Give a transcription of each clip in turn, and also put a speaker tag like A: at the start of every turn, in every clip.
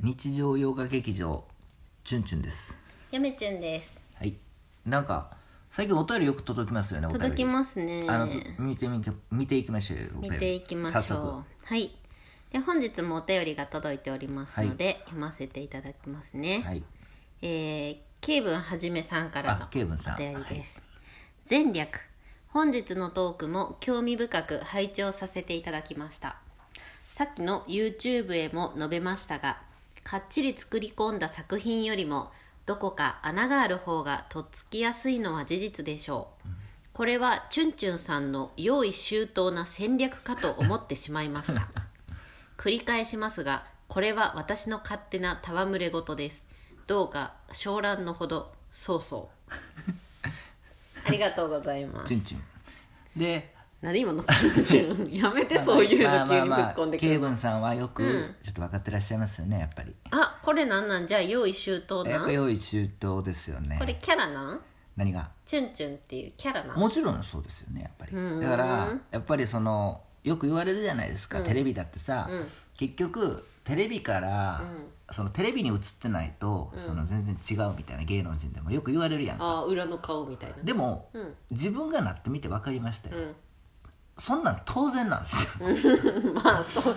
A: 日常洋画劇場チュンチュンです
B: やめちゅんです
A: はいなんか最近お便りよく届きますよねお便り
B: 届きますね
A: あの見てみけ見ていきましょうよお便
B: 見
A: り
B: ていきま
A: 早
B: しょ
A: 速
B: うはいで本日もお便りが届いておりますので、読ませていただきますね、
A: はい
B: えー、ケイブンはじめさんからの
A: あケイブンさん
B: お便りです、前略本日のトークも興味深く拝聴させていただきましたさっきの YouTube へも述べましたがかっちり作り込んだ作品よりもどこか穴がある方がとっつきやすいのは事実でしょう、これはチュンチュンさんの用意周到な戦略かと思ってしまいました繰り返しますがこれは私の勝手な戯れ事ですどうか小乱のほどそうそうありがとうございます
A: チュンチュンで
B: なんで今のチュンチュンやめてそういうの急にぶっこんでく
A: ケイ
B: る
A: ブンさんはよく
B: うん
A: ちょっと分かってらっしゃいますよねやっぱり
B: あこれなんなんじゃあ用意周到
A: や
B: な
A: っぱ用意周到ですよね
B: これキャラなん
A: 何が
B: チュンチュンっていうキャラなん
A: もちろんそうですよねやっぱり
B: ん
A: だからやっぱりそのよく言われるじゃないですか、テレビだってさ、
B: うん
A: 結局テレビから、そのテレビに映ってないと、その全然違うみたいな芸能人でもよく言われるやんか
B: あー裏の顔みたいな
A: でも、
B: うん
A: 自分がなってみて分かりましたよ、
B: うん
A: そんなん当然なんですよ、
B: まあそう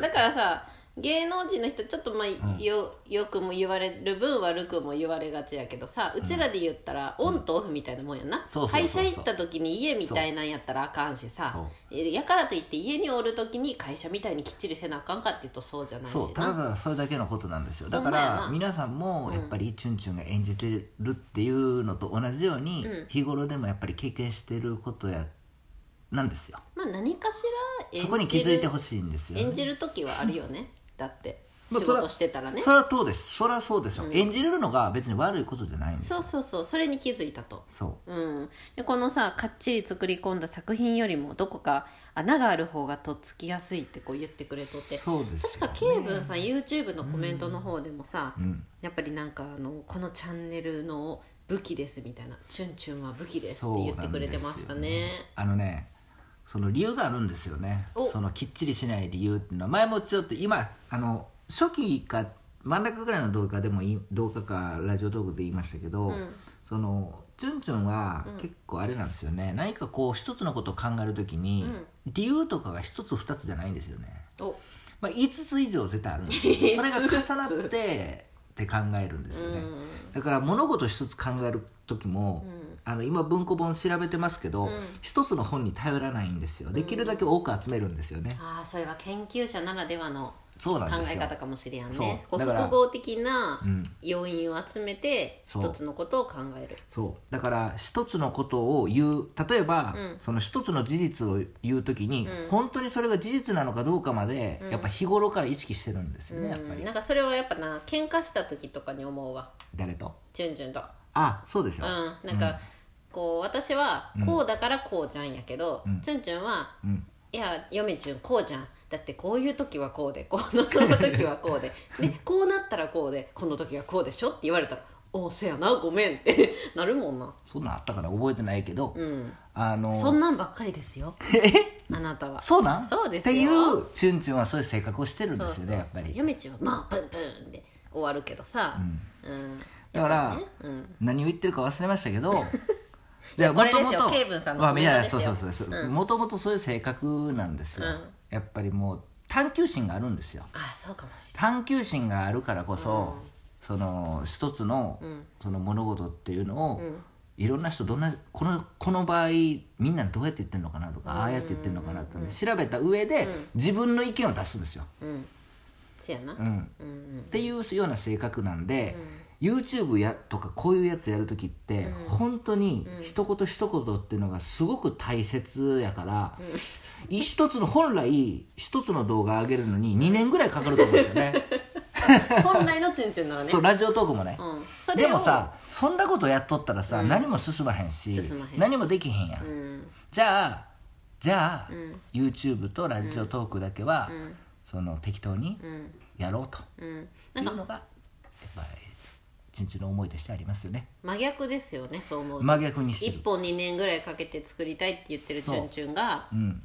B: だからさ芸能人の人ちょっとまあよよくも言われる分悪くも言われがちやけどさうちらで言ったらオンとオフみたいなもんやな
A: そうそうそう
B: 会
A: そ
B: 社
A: う
B: 行った時に家みたいなんやったらあかんしさ
A: そ
B: えやからといって家におる時に会社みたいにきっちりせなあかんかっていうとそうじゃないし
A: そうただ
B: な
A: ただそれだけのことなんですよだ
B: ほん
A: か
B: まやな
A: ら皆さんもやっぱりチュンチュンが演じてるっていうのと同じように、
B: うん
A: 日頃でもやっぱり経験してることやなんですよ
B: まあ何かしら演じる
A: そこに気づいてほしいんですよ、ね、
B: 演じる時はあるよねだって
A: まあ
B: 仕
A: そら
B: 事してたらね
A: それはそうですそれはそうでしょ、演じるのが別に悪いことじゃないんです
B: そ
A: よ
B: うそうそうそれに気づいたと
A: そ
B: うん、でこのさかっちり作り込んだ作品よりもどこか穴がある方がとっつきやすいってこう言ってくれとっ
A: う
B: て
A: そうです
B: 確かケイブンさん YouTube のコメントの方でもさ、
A: うん
B: やっぱりなんかあのこのチャンネルの武器ですみたいな「チュンチュンは武器です」って言ってくれてまし
A: そう
B: たね
A: なんですよねあのねその理由があるんですよね
B: お
A: そのきっちりしない理由っていうのは前もちょっと今あの初期か真ん中ぐらいの動画でもいい動画かラジオトークで言いましたけど、
B: うん
A: そのチュンチュンは結構あれなんですよね、何かこう一つのことを考えるときに、理由とかが一つ二つじゃないんですよね
B: お
A: まあ、5つ以上絶対あるんですよ それが重なってって考えるんですよね、だから物事一つ考える時も、あの今文庫本調べてますけど、一つの本に頼らないんですよできるだけ多く集めるんですよね、
B: あーそれは研究者ならではの
A: そう
B: 考
A: なんです
B: え
A: よ
B: 方かもしれん
A: そう
B: ねこう
A: だから
B: 複合的な
A: うん
B: 要因を集めて
A: そう
B: 一つのことを考える、
A: そうだから一つのことを言う例えば、
B: うん
A: その一つの事実を言う時に、
B: うん
A: 本当にそれが事実なのかどうかまで、やっぱ日頃から意識してるんですよね、やっぱ
B: うん
A: り
B: なんかそれはやっぱな喧嘩した時とかに思うわ
A: 誰と
B: チュンチュンと
A: あそうでし
B: う
A: ょ、
B: んなんか、こう私はこうだからこうじゃんやけど、
A: ん
B: チュンチュンは、
A: うん
B: いや嫁チュンこうじゃんだってこういう時はこうでこの時はこ うで、ね、こうなったらこうでこの時はこうでしょって言われたら「おおせやなごめん」って なるもんな
A: そんなんあったから覚えてないけど、
B: うん
A: あの
B: そんなんばっかりですよあなたは
A: そうなん
B: そうです
A: っ
B: よ
A: ていうチュンチュンはそういう性格をしてるんですよねやっぱり
B: 嫁チュンはまあプンプンで終わるけどさ、うん
A: だから
B: やっぱりねうん
A: 何を言ってるか忘れましたけ ど
B: いや
A: も
B: これ
A: とも
B: ですよ
A: と
B: ケイブンさんの
A: ま
B: コ
A: あい
B: メント
A: や
B: です
A: そう
B: よ
A: そうそうそうもともとそういう性格なんですよ、
B: うん
A: やっぱりもう探求心があるんですよ
B: あそうかもしれ
A: 探求心があるからこそ、その一つの,、
B: ん
A: その物事っていうのを、
B: ん
A: いろんな人どんなこのこの場合みんなどうやって言ってるのかなとか、ああやって言ってるのかなって、調べた上で、自分の意見を出すんですよ、
B: ないうんせやな、
A: うん、
B: うんうん
A: っていうような性格なんで、YouTube やとかこういうやつやる時って、本当に一言一言っていうのがすごく大切やから、一つの本来一つの動画上げるのに2年ぐらいかかると思うんですよ ね
B: 本来のチュンチュンならね
A: そうラジオトークもね、
B: うん、それを
A: でもさそんなことやっとったらさ、何も進まへんし
B: 進まへん
A: 何もできへんやん、
B: うん
A: じゃあじゃあ、YouTube とラジオトークだけは、その適当に
B: うん
A: やろうと。
B: うん
A: な
B: なんん
A: か
B: か
A: のがやっぱり一日の思いとしてありますよね
B: 真逆ですよねそう思うと
A: 真逆にして
B: 一
A: る
B: 本2年ぐらいかけて作りたいって言ってるチュンチュンが
A: うん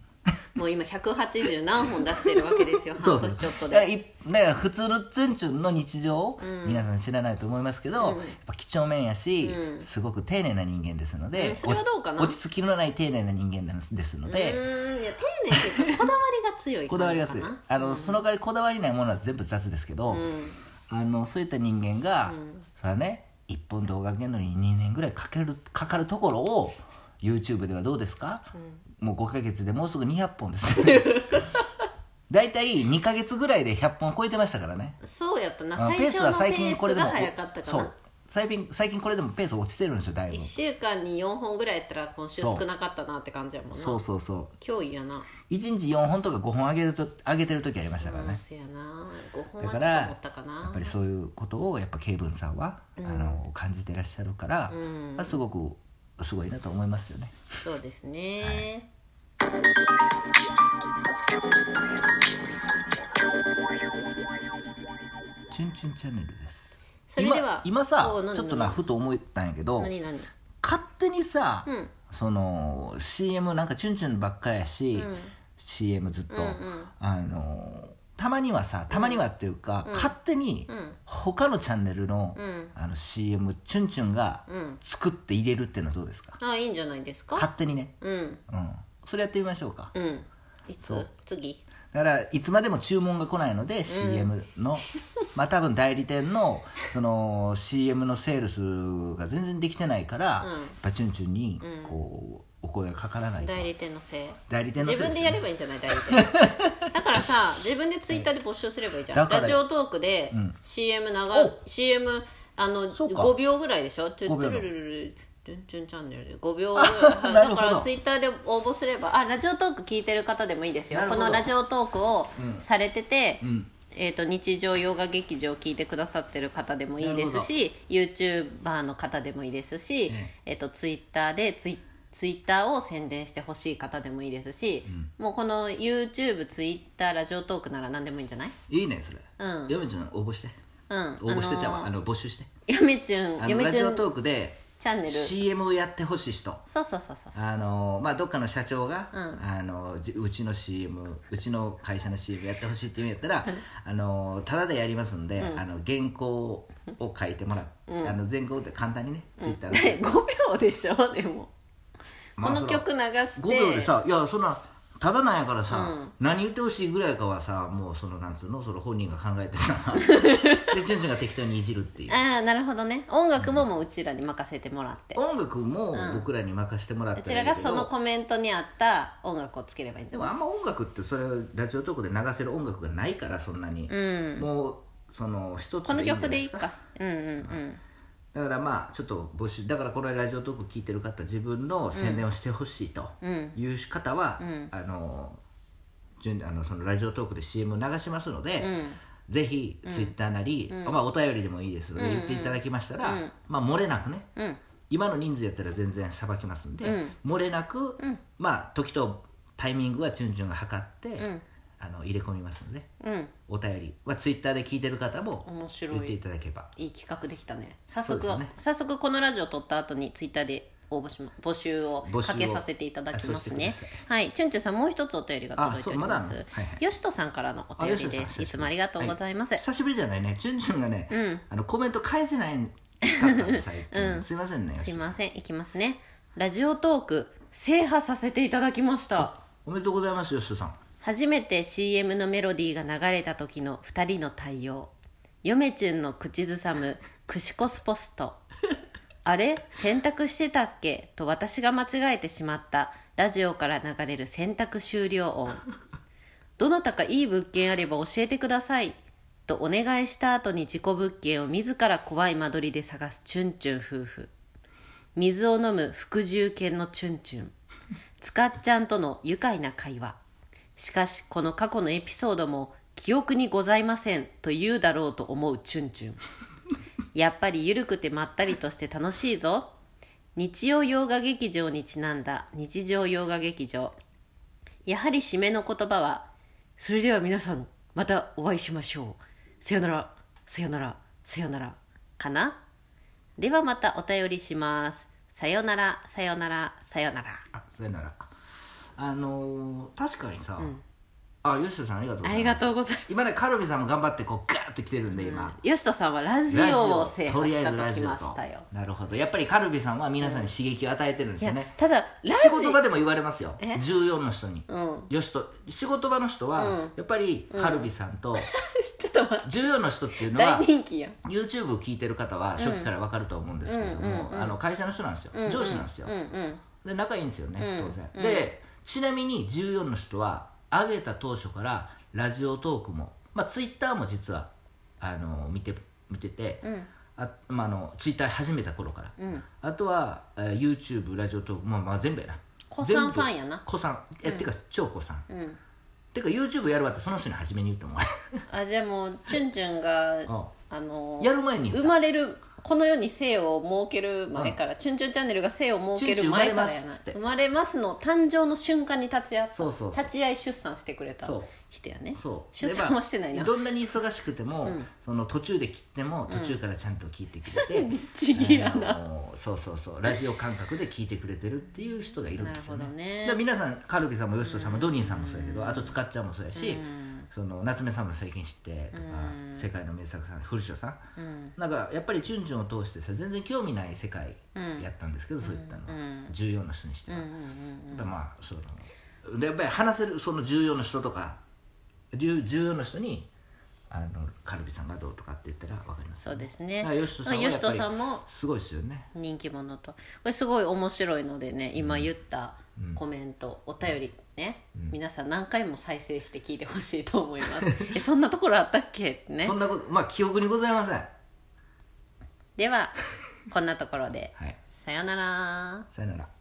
B: もう今180何本出してるわけですよ
A: そう
B: 半
A: そう
B: 年ちょっと
A: だから
B: で
A: いだから普通のツンツンの日常を
B: うん
A: 皆さん知らないと思いますけど、
B: うん
A: やっぱ几帳面やし、
B: うん
A: すごく丁寧な人間ですので、
B: うんそれはどうかな
A: 落ち着きのない丁寧な人間なんですですの
B: う
A: で、
B: ーんいや丁寧っていうかこだわりが強い
A: こだわりが強い
B: 感じかな
A: あの、その代わりこだわりないものは全部雑ですけど、
B: うん
A: あのそういった人間が、
B: うん
A: それはね一本動画上げるのに2年ぐらいかけるかかるところを YouTube ではどうですか、もう5ヶ月でもうすぐ200本です よね大体2ヶ月ぐらいで100本超えてましたからね
B: そうやったな
A: あの
B: 最初のペースが早かったか
A: そう
B: な
A: 最近最近これでもペース落ちてるんですよだいぶ
B: 1週間に4本ぐらいやったら今週
A: そ
B: 少
A: う
B: なかったなって感じやもんな
A: そうそうそう
B: 脅威やな
A: 1日4本とか5本上げると上げてる時ありましたから
B: うん
A: ね
B: そうやな5本
A: だ
B: はち
A: から
B: ょっと
A: や
B: 持ったかな
A: っぱりそういうことをやっぱケイブンさんは、あの感じてらっしゃるから、
B: うん
A: まあ、すごくすごいなと思いますよね
B: そうですね、
A: 「チュンチュンチャンネル」です
B: それでは
A: 今今さ
B: お何
A: ちょっとなふと思ったんやけど
B: 何何
A: 勝手にさ、
B: うん
A: その CM なんかチュンチュンばっかやし、
B: うん
A: CM ずっと、
B: うんうん
A: あのたまにはさたまにはっていうか、勝手に
B: うん
A: 他のチャンネルの,、
B: うん
A: あの CM チュンチュンが
B: うん
A: 作って入れるっていうのはどうですか、
B: あいいんじゃないですか
A: 勝手にね、
B: うん
A: うん、それやってみましょうか、
B: うんいつ
A: そう
B: 次
A: だからいつまでも注文が来ないので CM の、まあ多分代理店のその CM のセールスが全然できてないから、
B: うん
A: やっぱチュンチュンにこう、お声がかからないと
B: 代理店のせい
A: 代理店の
B: 自
A: セールス、
B: 分でやればいいんじゃない代理店だからさ自分でツイッターで募集すればいいじゃ
A: だ
B: ん
A: から
B: ラジオトークで
A: うん
B: CM 長、
A: お
B: CM あの
A: そうか
B: 5秒ぐらいでしょトゥ
A: 5秒の
B: トゥルルルルトゥントゥンチャンネルで5秒ぐらいはいだか
A: なるほ
B: ら
A: ど
B: ツイッターで応募すればあラジオトーク聞いてる方でもいいですよ
A: なる
B: こ
A: ほど
B: のラジオトークをされてて、
A: うん
B: えー、と日常洋画劇場を聞いてくださってる方でもいいですし YouTuber の方でもいいですし、えー、と Twitter でツイツイッターを宣伝してほしい方でもいいですし、もうこの YouTube、Twitter、ラジオトークなら何でもいいんじゃない
A: いいねそれ、
B: うん
A: やめちゃん応募して
B: うん。
A: 応募してちゃうわ、
B: あ
A: あ
B: の
A: の募集して
B: ー、やめちゅん、
A: あ
B: や
A: の
B: め
A: ラ
B: ち
A: ジ
B: ゅ
A: オ
B: んチ
A: トークで
B: ャンネル。そう
A: CM をやってほしい人
B: そうそうそう そう。
A: あのまあ、どっかの社長が、
B: うん
A: あのじうちの CM うちの会社の CM やってほしいって言うんやったらあのただでやりますんで、あの原稿を書いてもらって、あの全稿って簡単にねツイッ ターで、
B: 5秒でしょ、でも。この曲流して。
A: 5秒でさ「いやそんなただなんやからさ、何言ってほしいぐらいかはさもうそのなんつうのその本人が考えて さでチュンチュンが適当にいじるっていう
B: ああ、なるほどね。音楽ももううちらに任せてもらって。
A: 音楽も僕らに任せてもらっ
B: う
A: て
B: ちらがそのコメントに合った音楽をつければいいんじ
A: で
B: ゃ
A: も
B: ない
A: あんま音楽ってそれラジオトークで流せる音楽がないからそんなに、
B: うん
A: もうその一つ
B: この
A: でいいんじ
B: 曲
A: ゃな
B: で
A: いで
B: いい
A: すか
B: かうんうんうん
A: だからまあちょっと募集だからこのラジオトーク聞いてる方自分の宣伝をしてほしいと
B: うん
A: いう方は、あの順あのそのラジオトークで CM 流しますので、
B: ん
A: ぜひツイッターなり、まあ、お便りでもいいですので、言っていただきましたら、まあ、漏れなくね、
B: うん
A: 今の人数やったら全然さばきますんで、漏れなく、まあ時とタイミングはチュンチュンが測って、あの入れ込みますので
B: うん
A: お便りはツイッターで聞いてる方も
B: 面白
A: 言ってい
B: い
A: ただければ
B: いい企画できたね早
A: そう
B: 速、
A: ですね
B: 早速このラジオ撮った後にツイッターで応募しま募集を
A: 募集
B: か
A: を
B: けさせていただきます
A: あ
B: ね
A: そうしてくだ
B: はいチュンチュンさんもう一つお便りが届いておりま
A: あ
B: す
A: そうまだあんのはいはい
B: よしとさんからのお
A: あ
B: 便
A: 吉
B: り
A: 田さん
B: で
A: 久し
B: す
A: ぶ
B: いつもありがとうございます、
A: は久しぶりじゃないねチュンチュンがね、あのコメント返せないかったんで最近、すいませんね
B: す
A: 吉田
B: い
A: さん
B: ませんいきますねラジオトーク制覇させていただきました
A: おめでとうございます吉田さん
B: 初めて CM のメロディーが流れた時の2人の対応ヨメチュンの口ずさむ串コスポストあれ洗濯してたっけと私が間違えてしまったラジオから流れる洗濯終了音どなたかいい物件あれば教えてくださいとお願いした後に事故物件を自ら怖い間取りで探すチュンチュン夫婦水を飲む服従犬のチュンチュンつかっちゃんとの愉快な会話しかしこの過去のエピソードも記憶にございませんと言うだろうと思うチュンチュンやっぱりゆるくてまったりとして楽しいぞ日曜洋画劇場にちなんだ日常洋画劇場やはり締めの言葉は「それでは皆さんまたお会いしましょう」「さよならさよならさよなら」かなではまたお便りしますさよならさよならさよなら
A: あさよならああのー確かにさ、
B: うん
A: あ吉田さんありがとうございま
B: あ
A: す
B: りがとうございます
A: 今ねカルビさんも頑張ってこうガーッと来てるんで今、
B: うん、よしとさんはラジ
A: ラジ
B: オ
A: オ
B: を制
A: と
B: 覇
A: りあ
B: し
A: え
B: た
A: ずラ
B: とき
A: ジオ
B: ま
A: と
B: したよ
A: なるほどやっぱりカルビさんは皆さんに刺激を与えてるんで
B: い
A: すよ
B: や
A: ね
B: ただラジ
A: 仕事場でも言われますよ
B: え
A: 14の人に、
B: うん
A: よしと仕事場の人は、
B: うん
A: やっぱりカルビさんと、
B: ちょっと待って
A: 14の人っていうのは
B: 大人気やん
A: YouTube を聞いてる方は初期から分かると思うんですけれども、あの会社の人なんですよ、上司なんですよ、
B: うんうん
A: で仲いいんですよね、当然、でちなみに14の人は上げた当初からラジオトークも、まあ、Twitter も実はあの見て見てて、あまあ、あの Twitter 始めた頃から、あとは、えー YouTube ラジオトーク、まあ、まあ全部やな
B: 子さ
A: 全
B: ん
A: 部
B: ファンやな
A: 子さんえ、ってか超子さん
B: うん
A: てか YouTube やるわってその人に初めに言ってもら
B: あじゃあもうチュンチュンが
A: ううん
B: あの
A: やる前に言った
B: 生まれるこの世に生を設ける前から、チュンチュンチャンネルが生を設ける前からやな
A: チュンチュン生まれますっつって
B: 生まれますの誕生の瞬間に立ち会った
A: そうそうそう
B: 立ち会い出産してくれた
A: そう
B: 人やね
A: そう
B: 出
A: で
B: 産
A: ま
B: は
A: あ
B: してないな
A: どんなに忙しくても、その途中で切っても途中からちゃんと聞いてくれて、
B: びっちぎや
A: あ
B: な
A: のそうそうそうラジオ感覚で聞いてくれてるっていう人がいるんですよね
B: なるほどね
A: だから皆さんカルビさんもヨシトさんもドニーさんもそうやけど、あとつかっちゃんもそうやし、その夏目さんも最近知ってとか、世界の名作さん古城さん、
B: うん
A: なんかやっぱりチュンチュンを通してさ全然興味ない世界やったんですけど、そういったのは、14の人にしては、
B: うんうんうん
A: やっぱまあそのでやっぱり話せるその重要な人とか重重要な人にあのカルビさんがどうとかって言ったら分かります
B: そうですね
A: あ吉人さんは
B: まあ
A: やっぱり
B: 吉人さんも
A: すごいですよね
B: 人気者とこれすごい面白いのでね今言ったコメント、お便りね、皆さん何回も再生して聞いてほしいと思います えそんなところあったっけってね
A: そんなことまあ記憶にございませんは
B: ではこんなところで
A: い
B: さよなら
A: さよなら